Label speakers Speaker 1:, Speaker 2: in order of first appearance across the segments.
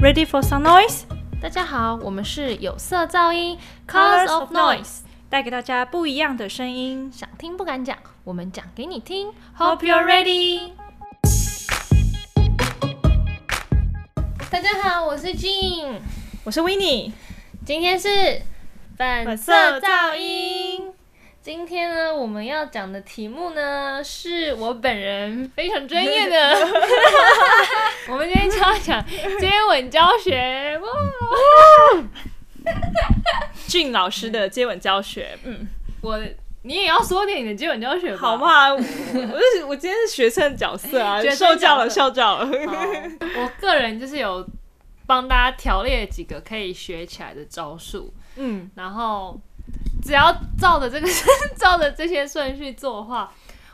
Speaker 1: Ready for some noise？
Speaker 2: 大家好，我们是有色噪音 （Colors of Noise），
Speaker 1: 带给大家不一样的声音。
Speaker 2: 想听不敢讲，我们讲给你听。
Speaker 1: Hope you're ready。
Speaker 2: 大家好，我是 Jean，
Speaker 1: 我是 w i n n i e
Speaker 2: 今天是粉色噪音。今天呢，我们要讲的题目呢，是我本人非常专业的。 我们今天就要讲接吻教学。哇
Speaker 1: 俊老师的接吻教学，嗯，
Speaker 2: 我，你也要说点你的接吻教学吧。
Speaker 1: 好嘛，我我是我今天是学生角色啊，
Speaker 2: 哎学
Speaker 1: 受
Speaker 2: 生角色
Speaker 1: 教了，受教了。
Speaker 2: 好我个人就是有帮大家条列几个可以学起来的招数，
Speaker 1: 嗯，
Speaker 2: 然后只要照着这个 照着这些顺序做的话，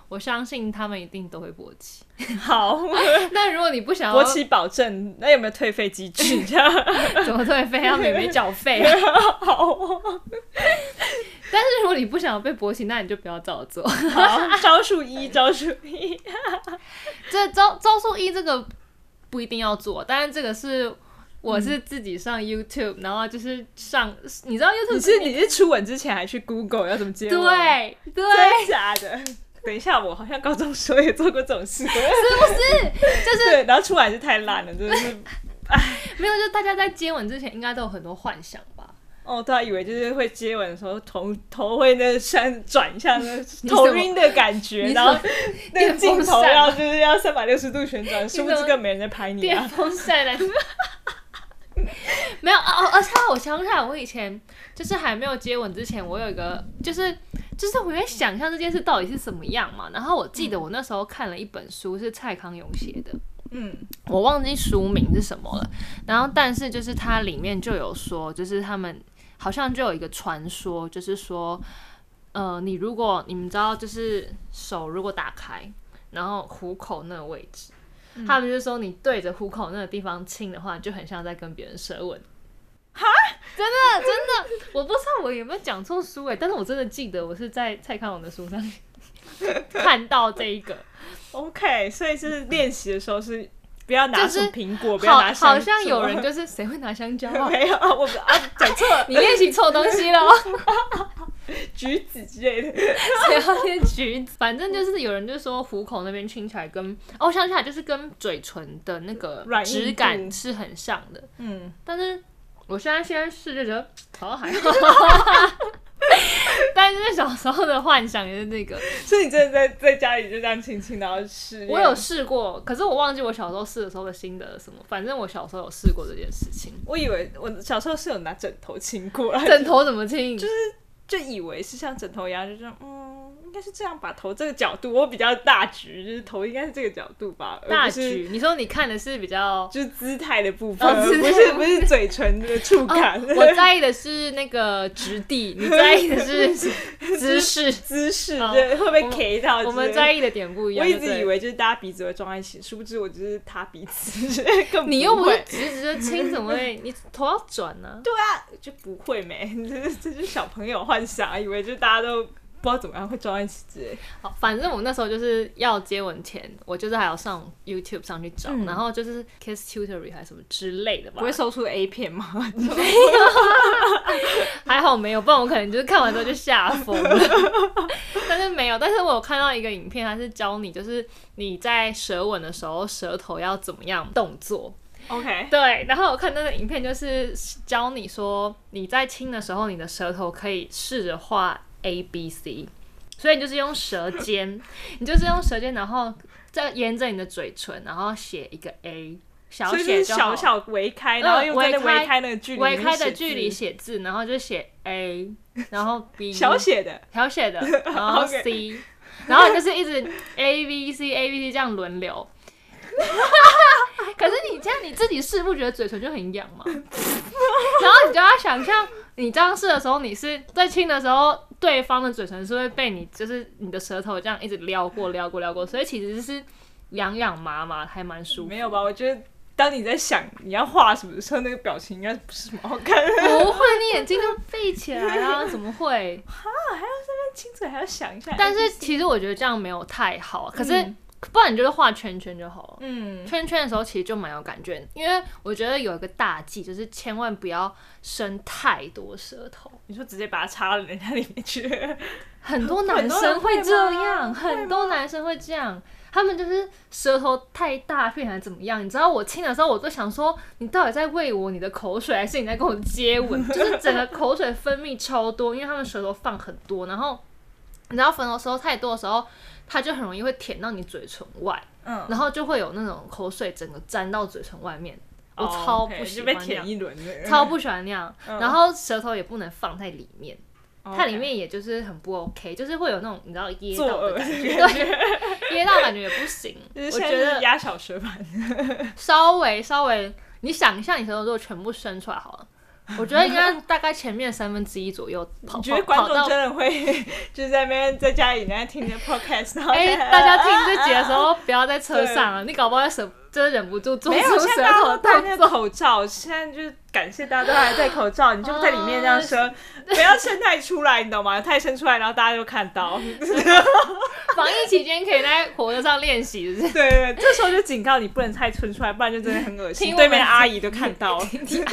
Speaker 2: 我相信他们一定都会勃起。
Speaker 1: 好，
Speaker 2: 那如果你不想要
Speaker 1: 国企保证，那有没有退费 机制？这样
Speaker 2: 怎么退费，他们也没缴费、
Speaker 1: 好
Speaker 2: 但是如果你不想要被勃起，那你就不要照做。
Speaker 1: 好，招数一，招数一，
Speaker 2: 这招招数一这个不一定要做，但是这个是。我是自己上 YouTube，、然后就是上，你知道 YouTube
Speaker 1: 你是你是初吻之前还去 Google 要怎么接吻？
Speaker 2: 对对，
Speaker 1: 真假的？等一下，我好像高中时候也做过这种事，
Speaker 2: 是不是？就是
Speaker 1: 对，然后出来是太烂了，真的是。
Speaker 2: 没有，就大家在接吻之前应该都有很多幻想吧？
Speaker 1: 哦，对啊，以为就是会接吻的时候头头会那扇转一下， 那
Speaker 2: 怎么
Speaker 1: 头晕的感觉，
Speaker 2: 你
Speaker 1: 然后
Speaker 2: 怎么
Speaker 1: 那个
Speaker 2: 电
Speaker 1: 镜
Speaker 2: 风
Speaker 1: 头
Speaker 2: 扇
Speaker 1: 要
Speaker 2: 吗
Speaker 1: 就是要三百六十度旋转，殊不
Speaker 2: 怎
Speaker 1: 知
Speaker 2: 么
Speaker 1: 更没人在拍你
Speaker 2: 电
Speaker 1: 啊。
Speaker 2: 风扇来。 没有哦，哦而且我想起来，我以前就是还没有接吻之前，我有一个就是就是我在想象这件事到底是什么样嘛。然后我记得我那时候看了一本书，是蔡康永写的，
Speaker 1: 嗯，
Speaker 2: 我忘记书名是什么了。然后，但是就是它里面就有说，就是他们好像就有一个传说，就是说，呃，你如果你们知道，就是手如果打开，然后虎口那个位置，他们就说你对着虎口那个地方亲的话，就很像在跟别人舌吻。哈，真的真的，我不知道我有没有讲错书诶、欸但是我真的记得我是在蔡康永的书上看到这一个。
Speaker 1: OK，所以就是练习的时候是不要拿
Speaker 2: 就
Speaker 1: 什
Speaker 2: 是
Speaker 1: 么苹果，不要
Speaker 2: 好
Speaker 1: 拿，香
Speaker 2: 好像
Speaker 1: 烛
Speaker 2: 有人就是谁会拿香蕉 啊？
Speaker 1: 没有，我啊讲错了，
Speaker 2: 你练习错东 西了哦，
Speaker 1: 橘子之类的。
Speaker 2: 谁要练橘子？反正就是有人就说虎口那边亲起来跟哦，我想起来就是跟嘴唇的那个
Speaker 1: 软硬
Speaker 2: 质感是很像的，
Speaker 1: 嗯，
Speaker 2: 但是我现在现在试就觉得好啊像还 好，但是小时候的幻想也是那 个，
Speaker 1: 所以你真的在在家里就这样亲亲，然后试。
Speaker 2: 我有试过，可是我忘记我小时候试的时候的心得是什么，反正我小时候有试过这件事情。
Speaker 1: 我以为我小时候是有拿枕头亲过来，
Speaker 2: 枕头怎么亲？就是
Speaker 1: 就以为是像枕头一样，就这样，嗯，应该是这样吧，头这个角度，我比较大局，就是头应该是这个角度吧，而
Speaker 2: 大
Speaker 1: 不是
Speaker 2: 局。你说你看的是比较
Speaker 1: 就是姿态的部分，
Speaker 2: 哦
Speaker 1: 而
Speaker 2: 姿
Speaker 1: 不
Speaker 2: 态
Speaker 1: 是不是嘴唇的触感，
Speaker 2: 哦我在意的是那个质地， 你在意的是姿势，
Speaker 1: 姿势，
Speaker 2: 哦
Speaker 1: 对，会不
Speaker 2: 我
Speaker 1: 会
Speaker 2: 们
Speaker 1: K 到之类的？
Speaker 2: 我们在意的点不一
Speaker 1: 我
Speaker 2: 样。
Speaker 1: 一
Speaker 2: 对不
Speaker 1: 直
Speaker 2: 对
Speaker 1: 以为就是大家鼻子会撞在一起，殊不知我就是塌鼻子， 更
Speaker 2: 你又
Speaker 1: 不
Speaker 2: 不是
Speaker 1: 会，
Speaker 2: 直直的亲，怎么 会？你头要转呢、
Speaker 1: 对啊，就不会没， 这是这是小朋友幻想，以为就大家都不知道怎么样会撞在一起之类的。
Speaker 2: 好，反正我那时候就是要接吻前，我就是还要上 YouTube 上去找，
Speaker 1: 嗯
Speaker 2: 然后就是 Kiss Tutory 还是什么之类的吧
Speaker 1: 不。会搜出 A 片吗？
Speaker 2: 还好没有，不然我可能就是看完之后就吓 疯了。但是没有，但是我有看到一个影片，它是教你就是你在舌吻的时候舌头要怎么样动作。
Speaker 1: OK，
Speaker 2: 对，然后我看那个影片就是教你说你在亲的时候，你的舌头可以试着画 A B C，所以你就是用舌尖，你就是用舌尖，然后再沿着你的嘴唇，然后写一个 A，小
Speaker 1: 所以就
Speaker 2: 写
Speaker 1: 是
Speaker 2: 就好
Speaker 1: 小小围开，
Speaker 2: 嗯
Speaker 1: 然后用在那
Speaker 2: 围开
Speaker 1: 围开那个距离，
Speaker 2: 围开的距离，写字，然后就写 A，然后 B，
Speaker 1: 小写的。
Speaker 2: 小写 的，然后
Speaker 1: OK
Speaker 2: C，然后你就是一直 A B C A B C 这样 轮流。可是你这样你自己试不觉得嘴唇就很痒吗？然后你就要想象你这样试的时候，你是在亲的时候，对方的嘴唇是会被你就是你的舌头这样一直撩过撩过撩过，所以其实是痒痒麻麻，还蛮舒服。
Speaker 1: 没有吧？我觉得当你在想你要画什么的时候，那个表情应该不是什么好看的。
Speaker 2: 不会，你眼睛就闭起来啦，怎么会？
Speaker 1: 亲嘴还要想一下，
Speaker 2: 但是其实我觉得这样没有太好，可是、
Speaker 1: 嗯
Speaker 2: 不然你就是画圈圈就好了。
Speaker 1: 嗯，
Speaker 2: 圈圈的时候其实就蛮有感觉，因为我觉得有一个大忌就是千万不要伸太多舌头，
Speaker 1: 你说直接把它插到人家里面去，
Speaker 2: 很多
Speaker 1: 很
Speaker 2: 男
Speaker 1: 多
Speaker 2: 生
Speaker 1: 人会
Speaker 2: 会这
Speaker 1: 吗
Speaker 2: 样，
Speaker 1: 会
Speaker 2: 很多男生会这样，他们就是舌头太大片还是怎么样？你知道我亲的时候，我都想说，你到底在喂我你的口水，还是你在跟我接吻？就是整个口水分泌超多，因为他们舌头放很多，然后你知道舌头舌头太多的时候，它就很容易会舔到你嘴唇外，
Speaker 1: 嗯，
Speaker 2: 然后就会有那种口水整个沾到嘴唇外面，我
Speaker 1: 哦
Speaker 2: 超
Speaker 1: OK，
Speaker 2: 不喜
Speaker 1: 就被
Speaker 2: 欢那
Speaker 1: 舔
Speaker 2: 样，
Speaker 1: 一轮的，
Speaker 2: 超 不喜欢那样。
Speaker 1: 嗯哦
Speaker 2: 然后舌头也不能放在里面。它
Speaker 1: OK
Speaker 2: 里面也就是很不 OK，就是会有那种你知道噎
Speaker 1: 作
Speaker 2: 到
Speaker 1: 恶的
Speaker 2: 的
Speaker 1: 感
Speaker 2: 感觉，
Speaker 1: 觉，
Speaker 2: 对， 噎到感觉也不行。
Speaker 1: 就是
Speaker 2: 我
Speaker 1: 现在
Speaker 2: 觉
Speaker 1: 就是
Speaker 2: 得
Speaker 1: 压小舌盘，
Speaker 2: 稍微稍微，你想一下，你舌头如果全部伸出来好了，我觉得应该大概前面三分之一 左右 跑
Speaker 1: 你觉得
Speaker 2: 跑
Speaker 1: 观
Speaker 2: 跑
Speaker 1: 众
Speaker 2: 到
Speaker 1: 真。的会 就是在那边在家里在听着 podcast，然后
Speaker 2: 哎、
Speaker 1: 在
Speaker 2: 大家听这集的时候不要在车
Speaker 1: 对
Speaker 2: 上了，你搞不好舍真的忍不住做
Speaker 1: 没
Speaker 2: 出
Speaker 1: 有，现在大
Speaker 2: 舌
Speaker 1: 家
Speaker 2: 头
Speaker 1: 都
Speaker 2: 的
Speaker 1: 戴那
Speaker 2: 动
Speaker 1: 个
Speaker 2: 作。
Speaker 1: 口罩，现在就是感谢大家都还戴口罩，你就在里面
Speaker 2: 哦
Speaker 1: 这样伸，不要伸太出来，你懂吗？太伸出来，然后大家就看 到。
Speaker 2: 防疫期间可以在火车上练习，是不 是？
Speaker 1: 对对，这时候就警告你不能太伸出来，不然就真的很恶心，
Speaker 2: 听我
Speaker 1: 对
Speaker 2: 们
Speaker 1: 面的阿姨都看 到了。
Speaker 2: 听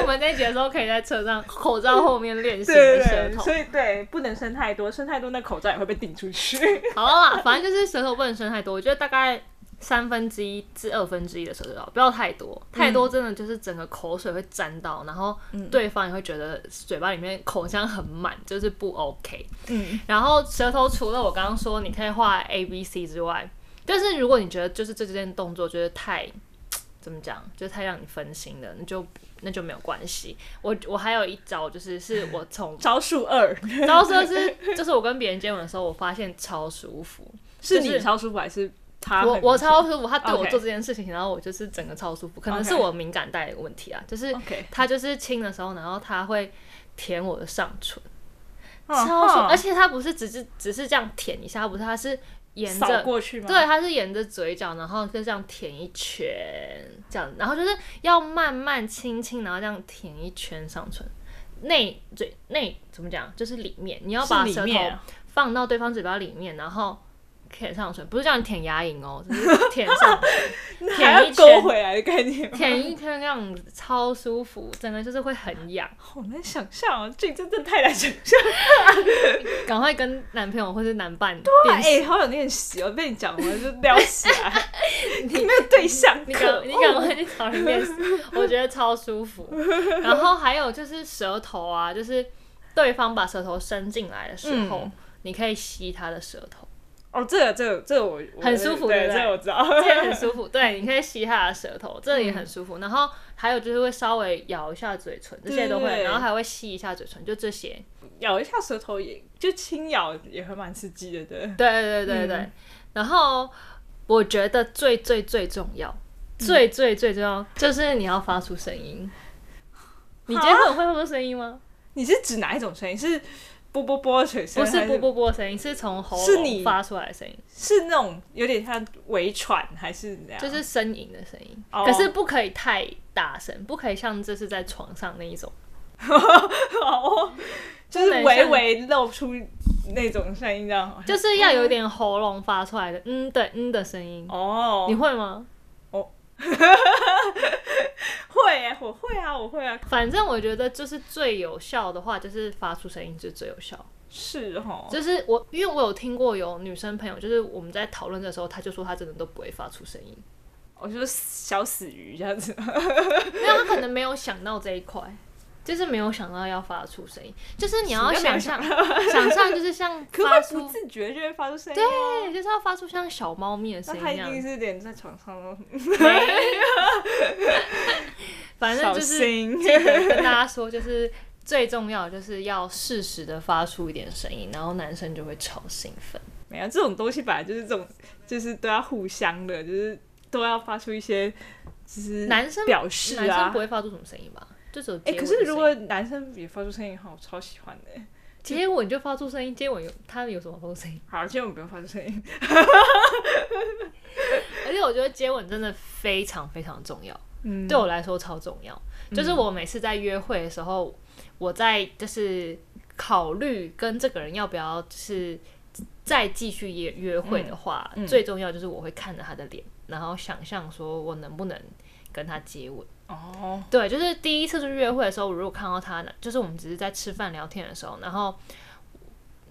Speaker 2: 我们这一集的时候，可以在车上口罩后面练习
Speaker 1: 对对
Speaker 2: 你的舌
Speaker 1: 对，
Speaker 2: 头。
Speaker 1: 所以对不能伸太多，伸太多那口罩也会被顶出去。
Speaker 2: 好了啦，反正就是舌头不能伸太多，我觉得大概三分之一至二分之一的舌头，不要太多，太多真的就是整个口水会沾到，然后
Speaker 1: 嗯
Speaker 2: 对方也会觉得嘴巴里面口腔很满，就是不 OK。
Speaker 1: 嗯，
Speaker 2: 然后舌头除了我刚刚说你可以画 A B C 之外，但是如果你觉得就是这件动作觉得太怎么讲，就是太让你分心了，那就那就没有关系。我我还有一招，就是是我从
Speaker 1: 招数二
Speaker 2: 招式是就是我跟别人接吻的时候，我发现超舒服。
Speaker 1: 是
Speaker 2: 就
Speaker 1: 你
Speaker 2: 是
Speaker 1: 超舒服还是他啊很
Speaker 2: 我
Speaker 1: 明显？
Speaker 2: 我超舒服，他对我
Speaker 1: OK
Speaker 2: 做这件事情然后我就是整个超舒服，可能
Speaker 1: OK
Speaker 2: 是我敏感带的问题啊，就是
Speaker 1: OK
Speaker 2: 他就是亲的时候，然后他会舔我的上唇，
Speaker 1: 嗯
Speaker 2: 超舒服，
Speaker 1: 嗯
Speaker 2: 而且他不是只是只是这样舔一下，他不是，他是沿
Speaker 1: 扫
Speaker 2: 着。
Speaker 1: 过去吗？
Speaker 2: 对，他是沿着嘴角，然后就这样舔一圈，这样，然后就是要慢慢轻轻，然后这样舔一圈上唇，内嘴内怎么讲，就是里面，你要
Speaker 1: 是
Speaker 2: 把
Speaker 1: 里
Speaker 2: 舌头
Speaker 1: 面啊
Speaker 2: 放到对方嘴巴里面，然后舔上唇，不是叫你舔牙龈哦，只是舔上唇，
Speaker 1: 还
Speaker 2: 舔
Speaker 1: 要
Speaker 2: 一
Speaker 1: 勾
Speaker 2: 圈，
Speaker 1: 回来的概念吗。
Speaker 2: 舔一圈这样子超舒服，真的就是会很痒。
Speaker 1: 好难想象哦，这真的太难想象。
Speaker 2: 赶快跟男朋友或是男伴
Speaker 1: 哇，
Speaker 2: 练
Speaker 1: 哎、
Speaker 2: 习，
Speaker 1: 好有练习哦！被你讲完就撩起来， 你那个对象
Speaker 2: 你
Speaker 1: 可
Speaker 2: 赶你赶快去找人练习，我觉得超舒服。然后还有就是舌头啊，就是对方把舌头伸进来的时候，
Speaker 1: 嗯
Speaker 2: 你可以吸他的舌头。
Speaker 1: 哦，这个这个这个我我
Speaker 2: 很舒服对
Speaker 1: 对，
Speaker 2: 不对
Speaker 1: 这个我知道。
Speaker 2: 这也很舒服，对，你可以吸它的舌头，这也很舒服。然后还有就是会稍微咬一下嘴唇，这些都
Speaker 1: 对对
Speaker 2: 会，
Speaker 1: 对
Speaker 2: 然后还会吸一下嘴唇，就这些。
Speaker 1: 咬一下舌头也就轻咬也会蛮刺激的，对。
Speaker 2: 对对对对对。嗯然后我觉得最最最重要，最最最重要就是你要发出声音。你今天很会发出声音吗？
Speaker 1: 你是指哪一种声音？是啵啵啵的水声？
Speaker 2: 不是
Speaker 1: 还
Speaker 2: 啵，啵啵的声音，是从喉
Speaker 1: 是
Speaker 2: 咙
Speaker 1: 你哦
Speaker 2: 发出来的声音，
Speaker 1: 是那种有点像微喘还是怎样？
Speaker 2: 就是呻吟的声音。
Speaker 1: 哦
Speaker 2: 可是不可以太大声，不可以像这是在床上那一种。
Speaker 1: 哦，就是微微露出那种声音，这样。
Speaker 2: 就是要有一点喉咙发出来的嗯对嗯的声音。
Speaker 1: 哦，
Speaker 2: 你会吗？
Speaker 1: 会耶？我会啊，我会啊。
Speaker 2: 反正我觉得就是最有效的话，就是发出声音就是最有效。
Speaker 1: 是哦，
Speaker 2: 就是我，因为我有听过有女生朋友，就是我们在讨论的时候，她就说她真的都不会发出声音，
Speaker 1: 我就是小死鱼这样子。
Speaker 2: 因为她可能没有想到这一块，就是没有想到要发出声音。就是你要
Speaker 1: 什么叫没
Speaker 2: 想
Speaker 1: 有
Speaker 2: 象，想象就是像
Speaker 1: 可
Speaker 2: 发
Speaker 1: 会不
Speaker 2: 出，
Speaker 1: 自觉就会发出声音。
Speaker 2: 对，就是要发出像小猫咪的声
Speaker 1: 哎那
Speaker 2: 音
Speaker 1: 他
Speaker 2: 一
Speaker 1: 一
Speaker 2: 样
Speaker 1: 定。是连在床上都
Speaker 2: 没 反正
Speaker 1: 小
Speaker 2: 就是
Speaker 1: 心。
Speaker 2: 记得跟大家说，就是最重要的就是要适时的发出一点声音，然后男生就会超兴奋。
Speaker 1: 没有这种东西，本来就是这种，就是都要互相的，就是都要发出一些，嗯就是
Speaker 2: 男生、
Speaker 1: 表示
Speaker 2: 男生
Speaker 1: 啊
Speaker 2: 不。会发出什么声音吧？就只有
Speaker 1: 哎、
Speaker 2: 接吻
Speaker 1: 可
Speaker 2: 的声音、
Speaker 1: 是如果男生也发出声音的话，我超喜欢的、
Speaker 2: 接吻就发出声音，接吻有他有什么发出声音？
Speaker 1: 好，今天我们不用发出声音。
Speaker 2: 而且我觉得接吻真的非常非常重要，
Speaker 1: 嗯，
Speaker 2: 对我来说超重要。就是我每次在约会的时候，我在就是考虑跟这个人要不要就是再继续约约会的话，
Speaker 1: 嗯嗯
Speaker 2: 最重要就是我会看着他的脸，然后想象说我能不能跟他接吻。
Speaker 1: 哦，
Speaker 2: 对，就是第一次去约会的时候，我如果看到他，就是我们只是在吃饭聊天的时候，然后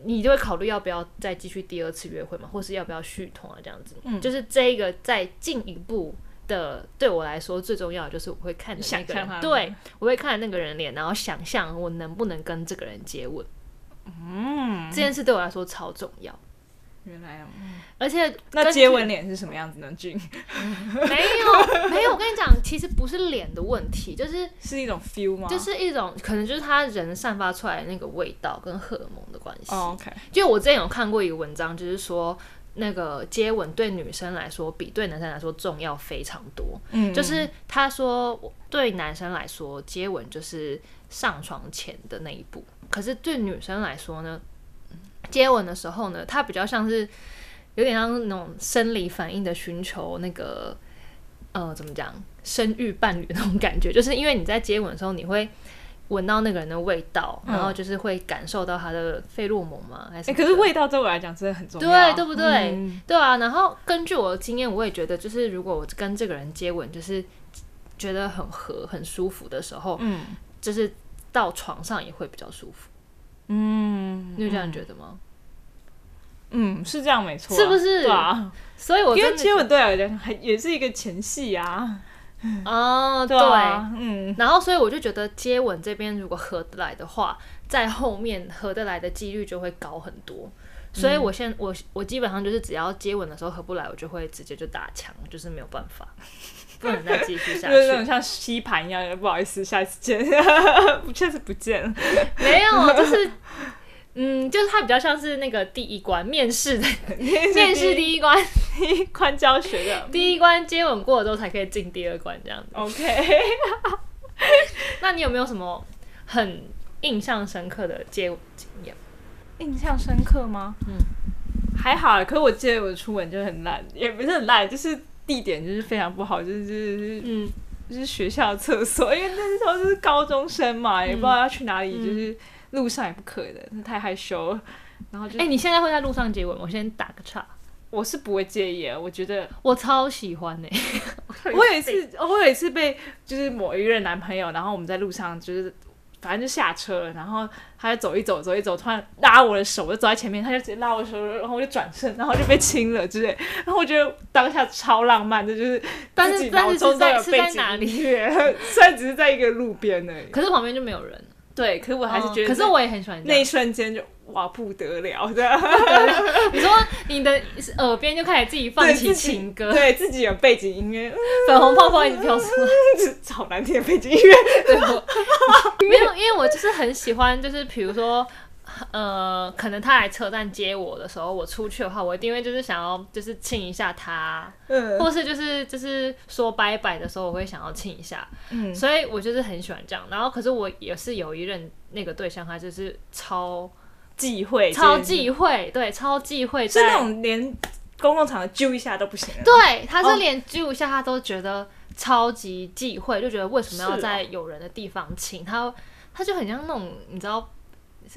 Speaker 2: 你就会考虑要不要再继续第二次约会嘛，或是要不要续同啊这样子。
Speaker 1: 嗯
Speaker 2: 就是这一个再进一步的，对我来说最重要的就是我会看着那
Speaker 1: 想
Speaker 2: 个
Speaker 1: 象他的
Speaker 2: 人，对我会看着那个人脸，然后想象我能不能跟这个人接吻，
Speaker 1: 嗯
Speaker 2: 这，件事对我来说超重要。
Speaker 1: 原来哦，
Speaker 2: 而且
Speaker 1: 那
Speaker 2: 根
Speaker 1: 接
Speaker 2: 据
Speaker 1: 吻脸是什么样子呢？俊
Speaker 2: 没有没有，我跟你讲，其实不是脸的问题，就是
Speaker 1: 是一种 feel 吗？
Speaker 2: 就是一种可能就是他人散发出来的那个味道跟荷尔蒙的关系。
Speaker 1: 哦，OK，
Speaker 2: 就我之前有看过一个文章，就是说那个接吻对女生来说比对男生来说重要非常多。
Speaker 1: 嗯，
Speaker 2: 就是他说对男生来说接吻就是上床前的那一步，可是对女生来说呢，接吻的时候呢，它比较像是有点像那种生理反应的寻求那个呃怎么讲生育伴侣的那种感觉，就是因为你在接吻的时候你会。闻到那个人的味道，
Speaker 1: 嗯
Speaker 2: 然后就是会感受到他的费洛蒙吗？还
Speaker 1: 哎，
Speaker 2: 是什么
Speaker 1: 可是
Speaker 2: 的
Speaker 1: 味道对我来讲真的很重要，
Speaker 2: 对对不对
Speaker 1: 嗯
Speaker 2: 对啊，然后根据我的经验，我也觉得，就是如果我跟这个人接吻，就是觉得很合、很舒服的时候，
Speaker 1: 嗯
Speaker 2: 就是到床上也会比较舒服。
Speaker 1: 嗯
Speaker 2: 你有这样觉得吗？
Speaker 1: 嗯，是这样没错啊，
Speaker 2: 是不是
Speaker 1: 对啊，
Speaker 2: 所以我
Speaker 1: 因
Speaker 2: 真
Speaker 1: 为
Speaker 2: 的
Speaker 1: 接吻对我来讲还也是一个前戏啊，
Speaker 2: 哦，对。
Speaker 1: 啊，嗯，
Speaker 2: 然后，所以我就觉得接吻这边如果合得来的话，在后面合得来的几率就会高很多。所以
Speaker 1: 嗯
Speaker 2: 我现我我基本上就是只要接吻的时候合不来，我就会直接就打枪，就是没有办法，不能再继续
Speaker 1: 就
Speaker 2: 下
Speaker 1: 是那
Speaker 2: 去
Speaker 1: 种。像吸盘一样，不好意思，下次见， 下次不见 了，
Speaker 2: 没有，就是，嗯，就是它比较像是那个第一关面 试的面试第一关，
Speaker 1: 一 宽教学的
Speaker 2: 第一关接吻过了之后才可以进第二关这样子。
Speaker 1: ，OK，
Speaker 2: 那你有没有什么很印象深刻的接吻经验？
Speaker 1: 印象深刻吗？
Speaker 2: 嗯，
Speaker 1: 还好，可是我记得我初吻就很烂，也不是很烂，就是地点就是非常不好，就是就是
Speaker 2: 嗯，
Speaker 1: 就是学校的厕所，因为那时候就是高中生嘛，也不知道要去哪里，
Speaker 2: 嗯
Speaker 1: 就是路上也不可能，太害羞了。然后就、
Speaker 2: 哎、你现在会在路上接吻吗？我先打个岔，
Speaker 1: 我是不会介意啊的，我觉得
Speaker 2: 我超喜欢欸呢、
Speaker 1: 我有一次，我有一次被就是某一任男朋友，然后我们在路上就是。反正就下车了，然后他就走一走，走一走，突然拉我的手，我就走在前面，他就直接拉我的手，然后我就转身，然后就被亲了之类。然后我觉得当下超浪漫的，就是
Speaker 2: 但是
Speaker 1: 自己
Speaker 2: 但
Speaker 1: 脑
Speaker 2: 是
Speaker 1: 中
Speaker 2: 是在
Speaker 1: 都有
Speaker 2: 是
Speaker 1: 背
Speaker 2: 在
Speaker 1: 景
Speaker 2: 哪里
Speaker 1: 音乐虽然只是在一个路边而已。
Speaker 2: 可是旁边就没有人，哦
Speaker 1: 对，可是我还是觉得，
Speaker 2: 可是我也很喜欢这
Speaker 1: 那一
Speaker 2: 样。
Speaker 1: 瞬间就哇不得了的，
Speaker 2: 你说你的耳边就开始自己放
Speaker 1: 对
Speaker 2: 起
Speaker 1: 自己
Speaker 2: 情歌，
Speaker 1: 对自己有背景音乐，嗯
Speaker 2: 粉红泡泡一直飘出来。
Speaker 1: 好难听的背景音乐。
Speaker 2: 对，我 没有，因为我就是很喜欢，就是比如说， 呃，可能他来车站接我的时候，我出去的话，我一定会就是想要就是亲一下他，
Speaker 1: 嗯
Speaker 2: 或是就是就是说拜拜的时候，我会想要亲一下，
Speaker 1: 嗯，
Speaker 2: 所以我就是很喜欢这样。然后，可是我也是有一任那个对象，他就是超
Speaker 1: 忌讳
Speaker 2: 超
Speaker 1: 忌。
Speaker 2: 忌讳，对，超忌讳，
Speaker 1: 是那
Speaker 2: 在
Speaker 1: 种连公共场合揪一下都不行的。
Speaker 2: 对，他
Speaker 1: 哦
Speaker 2: 是连揪一下他都觉得超级忌讳，就觉得为什么要
Speaker 1: 是哦
Speaker 2: 在有人的地方亲他，他就很像那种你知道。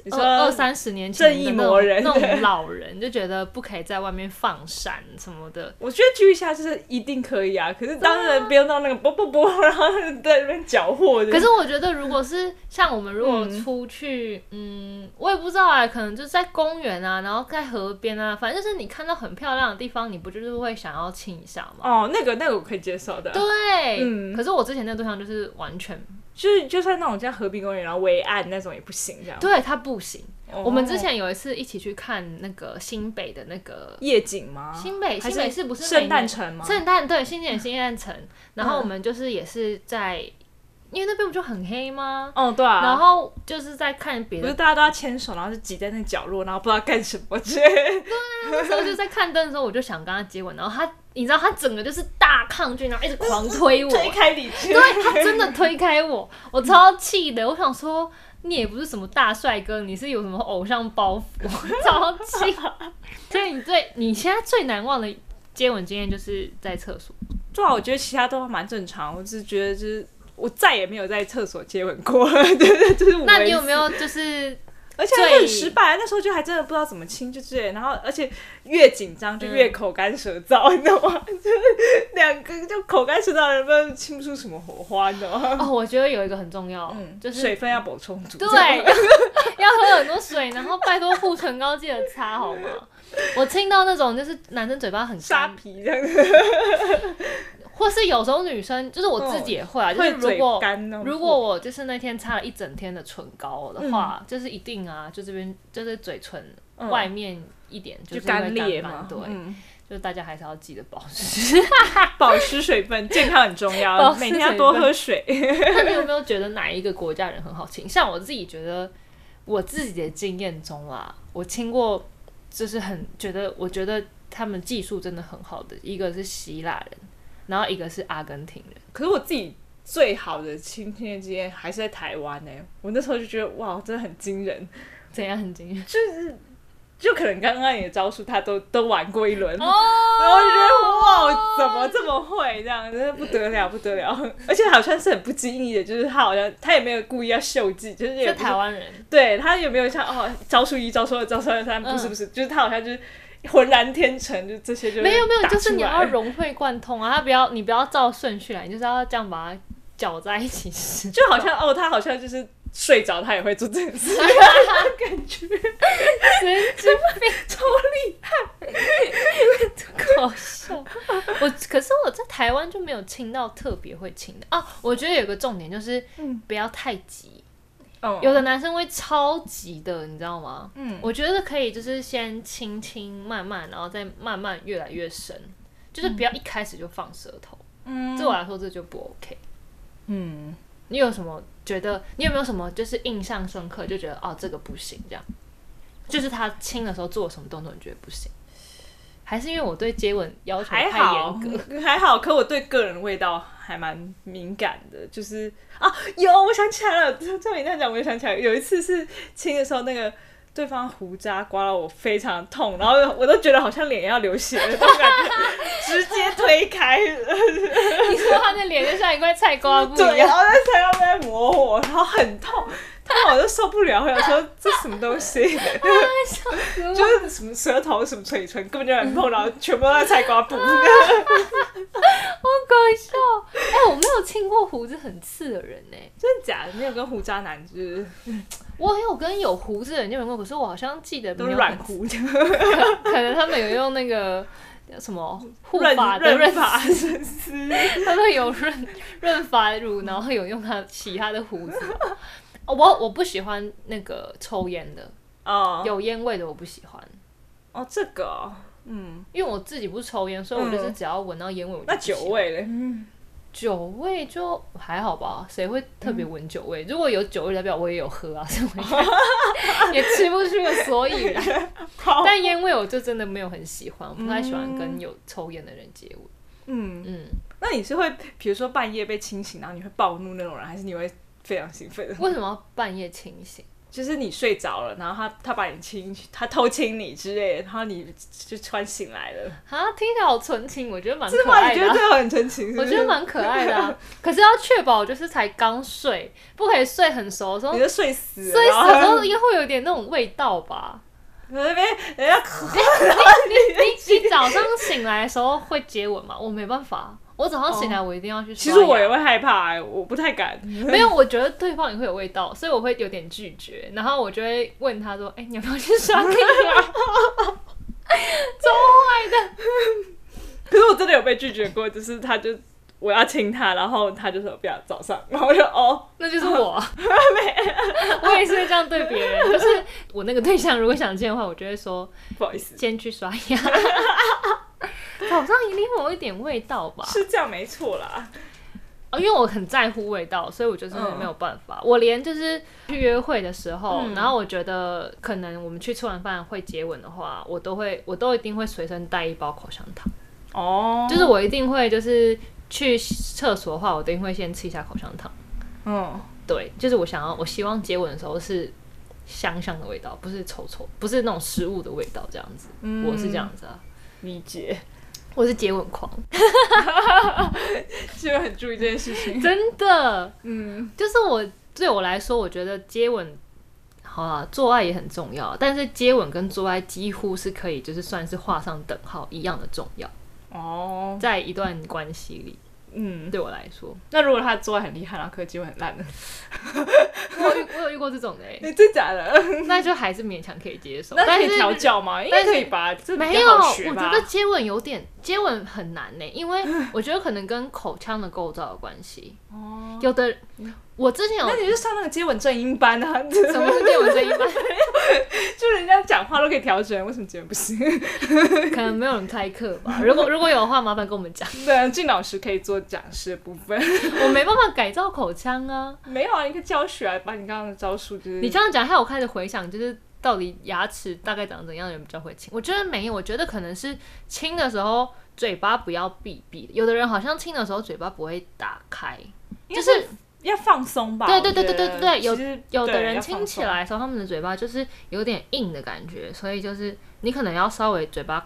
Speaker 1: 你说
Speaker 2: 二二三十年前的
Speaker 1: 呃正义
Speaker 2: 那种
Speaker 1: 魔人
Speaker 2: 那
Speaker 1: 对
Speaker 2: 种老人，就觉得不可以在外面放闪什么的。
Speaker 1: 我觉得揪一下就是一定可以啊，可是当然不用到那个啵啵啵，然后在那边搅和的。
Speaker 2: 可是我觉得，如果是像我们如果
Speaker 1: 嗯
Speaker 2: 出去，嗯我也不知道啊，可能就是在公园啊，然后在河边啊，反正就是你看到很漂亮的地方，你不就是会想要亲一下吗？
Speaker 1: 哦，那个那个我可以接受的，
Speaker 2: 对，
Speaker 1: 嗯
Speaker 2: 可是我之前那对象就是完全
Speaker 1: 就是就算那种像和平公园然后围岸那种也不行这样。
Speaker 2: 对他不行。
Speaker 1: 哦
Speaker 2: 我们之前有一次一起去看那个新北的那个
Speaker 1: 夜景吗？
Speaker 2: 新北，
Speaker 1: 哦还
Speaker 2: 新北市不是每
Speaker 1: 圣诞
Speaker 2: 年
Speaker 1: 城吗？
Speaker 2: 圣诞对，新店新诞城，然后
Speaker 1: 嗯
Speaker 2: 我们就是也是在，因为那边不就很黑吗？
Speaker 1: 哦，对啊。
Speaker 2: 然后就是在看别
Speaker 1: 不是
Speaker 2: 的，
Speaker 1: 大家都要牵手，然后就挤在那个角落，然后不知道干什么之类的。
Speaker 2: 那时候就在看灯的时候，我就想跟他接吻，然后他，你知道他整个就是大抗拒，然后一直狂推 我，
Speaker 1: 推开你去，
Speaker 2: 对他真的推开我，我超气的，我想说你也不是什么大帅哥，你是有什么偶像包袱， 超气。所以你最你现在最难忘的接吻经验就是在厕 所，
Speaker 1: 对啊，我觉得其他都蛮正常，我只是觉得 就是我再也没有在厕所接吻过，就是就是我
Speaker 2: 那
Speaker 1: 唯
Speaker 2: 你
Speaker 1: 一
Speaker 2: 有没有就是
Speaker 1: 而且还
Speaker 2: 最
Speaker 1: 很失败，那时候就还真的不知道怎么亲，就之类，然后而且越紧张就越口干舌燥，你知道吗？ 就是两个就口干舌燥的人，不知道亲不出什么火花，你知道吗？
Speaker 2: 哦，我觉得有一个很重要，嗯就是
Speaker 1: 嗯水分要补充足。
Speaker 2: 对，
Speaker 1: 这样
Speaker 2: 要 喝很多水，然后拜托护唇膏记得擦好吗？我听到那种就是男生嘴巴很
Speaker 1: 沙
Speaker 2: 干，
Speaker 1: 皮这样子，
Speaker 2: 或是有时候女生就是我自己也会啊，就是
Speaker 1: 哦会
Speaker 2: 如
Speaker 1: 嘴
Speaker 2: 果
Speaker 1: 干那种
Speaker 2: 如果我就是那天擦了一整天的唇膏的话，就是一定啊，就这边就是嘴唇
Speaker 1: 嗯
Speaker 2: 外面一点
Speaker 1: 就是
Speaker 2: 会干
Speaker 1: 裂
Speaker 2: 嘛
Speaker 1: 嘛，
Speaker 2: 对，
Speaker 1: 嗯
Speaker 2: 就是大家还是要记得保湿。
Speaker 1: 保湿水 分，健康很重
Speaker 2: 保
Speaker 1: 要，
Speaker 2: 湿
Speaker 1: 每天要多喝水。
Speaker 2: 那你有没有觉得哪一个国家人很好亲？像我自己觉得，我自己的经验中啦，我亲过，就是很觉得，我觉得他们技术真的很好的，一个是希腊人，然后一个是阿根廷人。
Speaker 1: 可是我自己最好的亲亲的经验还是在台湾呢、我那时候就觉得哇，真的很惊人，
Speaker 2: 怎样很 惊艳？
Speaker 1: 就是就可能刚刚你的招数他都都玩过一轮。然后就觉得
Speaker 2: 哦
Speaker 1: 哇，怎么这么会这样，真的不得了，不得 了！而且好像是很不经意的，就是他好像他也没有故意要秀技，就是也
Speaker 2: 是
Speaker 1: 不是
Speaker 2: 台湾人，
Speaker 1: 对他有没有像哦招数一、招数二、招数三？不是
Speaker 2: 嗯
Speaker 1: 不是，就是他好像就是浑然天成，就这些就是
Speaker 2: 没有没有，
Speaker 1: 打出
Speaker 2: 就是你
Speaker 1: 来
Speaker 2: 要融会贯通啊！他不要你不要照顺序来，你就是要这样把它搅在一起吃。
Speaker 1: 就好像哦，他好像就是睡着他也会做这件事，感觉
Speaker 2: 神经病，超厉害，搞笑。我可是我在台湾就没有亲到特别会亲的啊。我觉得有个重点就是
Speaker 1: 嗯
Speaker 2: 不要太急，
Speaker 1: 嗯
Speaker 2: 有的男生会超级的，你知道吗？
Speaker 1: 嗯
Speaker 2: 我觉得可以就是先轻轻慢慢，然后再慢慢越来越深，就是不要一开始就放舌头。
Speaker 1: 嗯
Speaker 2: 对我来说这就不 OK。
Speaker 1: 嗯，
Speaker 2: 你有什么觉得？你有没有什么就是印象深刻，就觉得哦这个不行这样？就是他亲的时候做什么动作，你觉得不行？还是因为我对接吻要求太
Speaker 1: 还好
Speaker 2: 严格？
Speaker 1: 还好，可我对个人味道还蛮敏感的，就是啊，有我想起来了， 照你那样讲，我就想起来，有一次是亲的时候那个。对方胡渣刮到我非常痛，然后我都觉得好像脸要流血了，那种感觉直接推开，
Speaker 2: 你说他的脸就像一块菜瓜布 一
Speaker 1: 对，然
Speaker 2: 样，
Speaker 1: 后在山上在磨我，然后很痛，痛到我就受不了，我想说这什么东西，
Speaker 2: 啊笑死我！
Speaker 1: 就是什么舌头、什么嘴唇，根本就没碰到，全部都在菜 瓜布。
Speaker 2: 好搞笑！哎、我没有亲过胡子很刺的人呢、欸
Speaker 1: 真的假的？没有跟胡渣男就是
Speaker 2: 我有跟有胡子的人接吻过，可是我好像记得
Speaker 1: 都
Speaker 2: 没有
Speaker 1: 软
Speaker 2: 很
Speaker 1: 胡，
Speaker 2: 可能他们有用那个什么护
Speaker 1: 润
Speaker 2: 发的
Speaker 1: 润
Speaker 2: 润
Speaker 1: 发真丝。
Speaker 2: 他们有润润发乳，然后有用它洗他的 胡子。哦我我不喜欢那个抽烟的，
Speaker 1: 哦
Speaker 2: 有烟味的我不喜欢，
Speaker 1: 哦，这个哦，嗯，
Speaker 2: 因为我自己不抽烟，所以我
Speaker 1: 嗯
Speaker 2: 就是只要闻到烟味我就
Speaker 1: 那
Speaker 2: 不喜
Speaker 1: 酒
Speaker 2: 欢，
Speaker 1: 味嘞？嗯，
Speaker 2: 酒味就还好吧，谁会特别闻酒
Speaker 1: 嗯
Speaker 2: 味？如果有酒味，代表我也有喝啊，所以我 也也吃不出个所以然。
Speaker 1: 好，
Speaker 2: 但烟味我就真的没有很喜欢，我不太喜欢跟有抽烟的人接吻。
Speaker 1: 嗯，
Speaker 2: 嗯，
Speaker 1: 那你是会比如说半夜被清醒，然后你会暴怒那种人，还是你会非常兴奋？
Speaker 2: 为什么要半夜清醒？
Speaker 1: 就是你睡着了，然后他他把你亲，他偷亲你之类的，然后你就突然醒来了，
Speaker 2: 啊，听起来好纯情，我觉得蛮
Speaker 1: 是
Speaker 2: 可
Speaker 1: 吗？
Speaker 2: 爱
Speaker 1: 你
Speaker 2: 的
Speaker 1: 觉
Speaker 2: 啊、
Speaker 1: 得这嗯个很纯情？是不
Speaker 2: 我
Speaker 1: 是
Speaker 2: 觉得蛮可爱的、啊。 可是要确保就是才刚睡，不可以睡很熟的时候
Speaker 1: 你，就睡死了，
Speaker 2: 睡
Speaker 1: 然
Speaker 2: 死的时
Speaker 1: 后
Speaker 2: 候应该会有点那种味 道吧？
Speaker 1: 那边人家咳
Speaker 2: 你你早上醒来的时候会接吻吗？我没办法，我早上醒来我一定要去刷
Speaker 1: 哦其
Speaker 2: 牙。
Speaker 1: 实我也会害怕、欸，我不太敢。
Speaker 2: 没有，我觉得对方也会有味道，所以我会有点拒绝，然后我就会问他说：“哎、你要不要去刷牙？”
Speaker 1: 可是我真的有被拒绝过，就是他就我要亲他，然后他就说不要早上，然后我就哦，
Speaker 2: 那就是我， 我也是会这样对别人。就是我那个对象，如果想见的话，我就会说
Speaker 1: 不好意思，
Speaker 2: 先去刷牙。 早上一定会有一点味道吧？
Speaker 1: 是这样没错啦。
Speaker 2: 哦，因为我很在乎味道，所以我就是
Speaker 1: 嗯
Speaker 2: 没有办法。我连就是去约会的时候，
Speaker 1: 嗯
Speaker 2: 然后我觉得可能我们去吃完饭会接吻的话，我都会，我都一定会随身带一包口香糖。
Speaker 1: 哦
Speaker 2: 就是我一定会，就是去厕所的话，我一定会先吃一下口香糖。
Speaker 1: 嗯，
Speaker 2: 对，就是我想要，我希望接吻的时候是香香的味道，不是臭臭，不是那种食物的味道这样子。
Speaker 1: 嗯
Speaker 2: 我是这样子啊，
Speaker 1: 理解，
Speaker 2: 我是接吻狂，
Speaker 1: 就很注意这件事情。
Speaker 2: 真的。
Speaker 1: 嗯
Speaker 2: 就是我对我来说，我觉得接吻好啦，做爱也很重要，啊但是接吻跟做爱几乎是可以，就是算是画上等号一样的重要，
Speaker 1: 哦，
Speaker 2: 在一段关系里，
Speaker 1: 嗯，
Speaker 2: 对我来说，
Speaker 1: 那如果他做爱很厉害，然后科技会很 烂的，
Speaker 2: 我有遇我有遇过这种 的、欸，
Speaker 1: 你真假的？
Speaker 2: 那就还是勉强可以接受，
Speaker 1: 那
Speaker 2: 但
Speaker 1: 可以
Speaker 2: 是
Speaker 1: 调教吗？应
Speaker 2: 但
Speaker 1: 该
Speaker 2: 是
Speaker 1: 可以吧？这比
Speaker 2: 没有，
Speaker 1: 较好学
Speaker 2: 我觉
Speaker 1: 吧
Speaker 2: 得接吻有点接吻很难呢、因 为我觉得可能跟口腔的构造有关系。
Speaker 1: 哦，
Speaker 2: 有的我之前有
Speaker 1: 那你就上那个接吻正音班啊，
Speaker 2: 什么是接吻这一般，
Speaker 1: 就人家讲话都可以调整，为什么接吻不 行？
Speaker 2: 可能没有人开课吧。如果如果有的话，麻烦跟我们 讲。
Speaker 1: 对啊，靳老师可以做讲师的部分。
Speaker 2: 我没办法改造口腔啊！
Speaker 1: 没有啊，你可以教学啊，把你刚刚的招数就是
Speaker 2: 你这样讲，害我开始回想，就是到底牙齿大概长怎样的人比较会亲？我觉得没有，我觉得可能是亲的时候嘴巴不要闭闭的。有的人好像亲的时候嘴巴不会打开，
Speaker 1: 应
Speaker 2: 就
Speaker 1: 该
Speaker 2: 是
Speaker 1: 要放松吧？
Speaker 2: 对
Speaker 1: 我
Speaker 2: 对对
Speaker 1: 觉
Speaker 2: 对
Speaker 1: 得
Speaker 2: 对对
Speaker 1: 其实
Speaker 2: 有的
Speaker 1: 对
Speaker 2: 人
Speaker 1: 要
Speaker 2: 亲
Speaker 1: 放
Speaker 2: 起
Speaker 1: 松
Speaker 2: 来的时候，他们的嘴巴就是有点硬的感觉，所以就是你可能要稍微嘴巴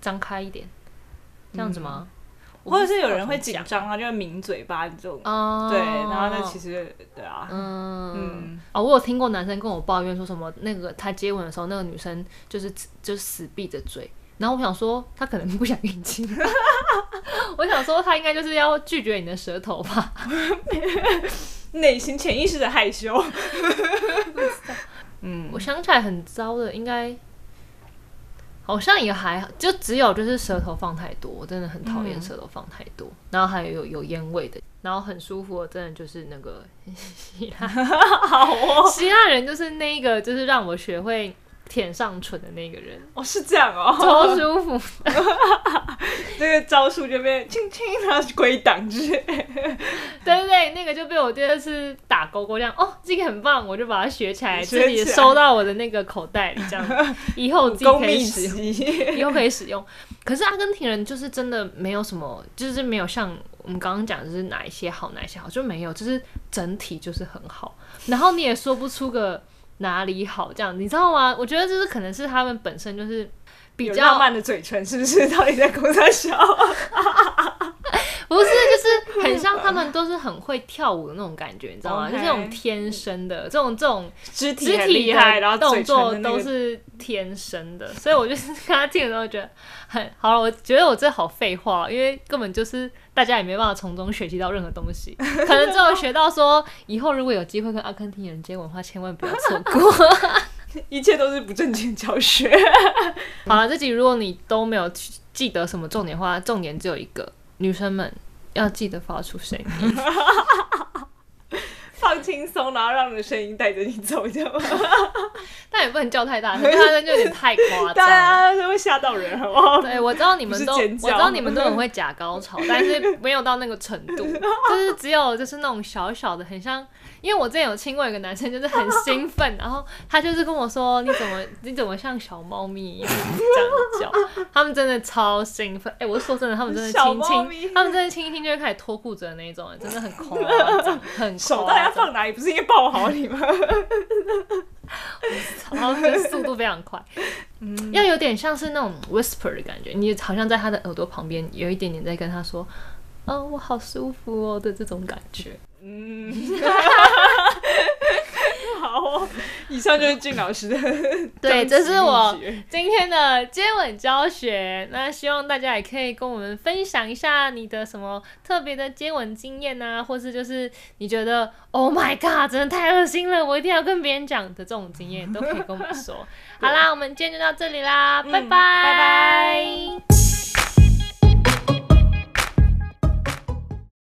Speaker 2: 张开一点，这样子吗？我
Speaker 1: 或者
Speaker 2: 不
Speaker 1: 是
Speaker 2: 知
Speaker 1: 有
Speaker 2: 道
Speaker 1: 人
Speaker 2: 怎么
Speaker 1: 会紧
Speaker 2: 讲
Speaker 1: 张啊，就会抿嘴巴这种。
Speaker 2: 哦，
Speaker 1: 嗯对，然后那其实对啊，
Speaker 2: 嗯
Speaker 1: 嗯
Speaker 2: 哦，我有听过男生跟我抱怨说什么，那个他接吻的时候，那个女生就是就是死闭着嘴，然后我想说他可能不想 跟你亲，我想说他应该就是要拒绝你的舌头吧。
Speaker 1: 嗯内心潜意识的害羞。嗯
Speaker 2: 我，想起来很糟的，应该好像也还好，就只有就是舌头放太多，我真的很讨厌
Speaker 1: 嗯
Speaker 2: 舌头放太多，然后还有有有烟味的，然后很舒服的，真的就是那 个希腊
Speaker 1: 好哦，
Speaker 2: 希腊人，就是那个就是让我学会舔上唇的那个人，
Speaker 1: 哦是这样哦，
Speaker 2: 超舒服。
Speaker 1: 这个招数就被轻轻然后归档之类。
Speaker 2: 对对对，那个就被我第二次打勾勾，这样哦，这个很棒，我就把它学起来，
Speaker 1: 学起
Speaker 2: 自
Speaker 1: 来
Speaker 2: 己收到我的那个口袋里，这样以后我自己可以使用。
Speaker 1: 籍，
Speaker 2: 以后可以使用。可是阿根廷人就是真的没有什么，就是没有像我们刚刚讲，就是哪一些好，哪一些好就没有，就是整体就是很好。然后你也说不出个哪里好，这样你知道吗？我觉得就是可能是他们本身就是比
Speaker 1: 有
Speaker 2: 较
Speaker 1: 浪漫的嘴唇是不是？到底在公在笑？
Speaker 2: 不是，就是很像他们都是很会跳舞的那种感觉，你知道吗
Speaker 1: OK
Speaker 2: 就是这种天生的这种这种
Speaker 1: 肢体
Speaker 2: 肢
Speaker 1: 很
Speaker 2: 体
Speaker 1: 厉
Speaker 2: 的
Speaker 1: 害，然后
Speaker 2: 动
Speaker 1: 嘴唇
Speaker 2: 作
Speaker 1: 的那
Speaker 2: 都
Speaker 1: 个
Speaker 2: 是天生的，所以我就是跟他听的时候觉得很好了。我觉得我这好废话，哦因为根本就是大家也没办法从中学习到任何东 西，可能只有学到说以后如果有机会跟阿根廷人接吻的话，千万不要错 过。
Speaker 1: 一切都是不正经教学。
Speaker 2: 好了，这集如果你都没有去记得什么重点的话，重点只有一个，女生们要记得发出声音。
Speaker 1: 放轻松，然后让你的声音带着你走，你知道吗？
Speaker 2: 但也不能叫太 大声，叫太大声就有点太夸张
Speaker 1: 大
Speaker 2: 了。
Speaker 1: 家都会吓到人，好不好？
Speaker 2: 对，我知道你们都，
Speaker 1: 不
Speaker 2: 我
Speaker 1: 是尖
Speaker 2: 知
Speaker 1: 叫
Speaker 2: 道你们都很会假高潮，但是没有到那个程 度，就是只有就是那种小小的，很像，因为我之前有亲过一个男生，就是很兴奋，然后他就是跟我说，你怎么你怎么像小猫咪一样这样叫， 他们真的超兴奋，哎、我是说真的，他们真的
Speaker 1: 小
Speaker 2: 亲一
Speaker 1: 猫咪
Speaker 2: 亲，他们真的亲一亲就会开始脱裤子的那一种，真的很夸张，很
Speaker 1: 手到底
Speaker 2: 夸
Speaker 1: 要
Speaker 2: 张，
Speaker 1: 放哪里？不是应该抱好你吗？
Speaker 2: 然后就是速度非常快。 要有点像是那种 whisper 的感觉，你好像在他的耳朵旁边，有一点点在跟他说：“哦，我好舒服哦”的这种感觉。
Speaker 1: 嗯， 好哦。以上就是俊老师的
Speaker 2: 对，这是我
Speaker 1: 终极秘诀
Speaker 2: 今天的接吻教学。那希望大家也可以跟我们分享一下你的什么特别的接吻经验啊，或是就是你觉得 “Oh my God”，真的太恶心了，我一定要跟别人讲的这种经验，都可以跟我们说。好啦，我们今天就到这里啦，拜拜
Speaker 1: 拜拜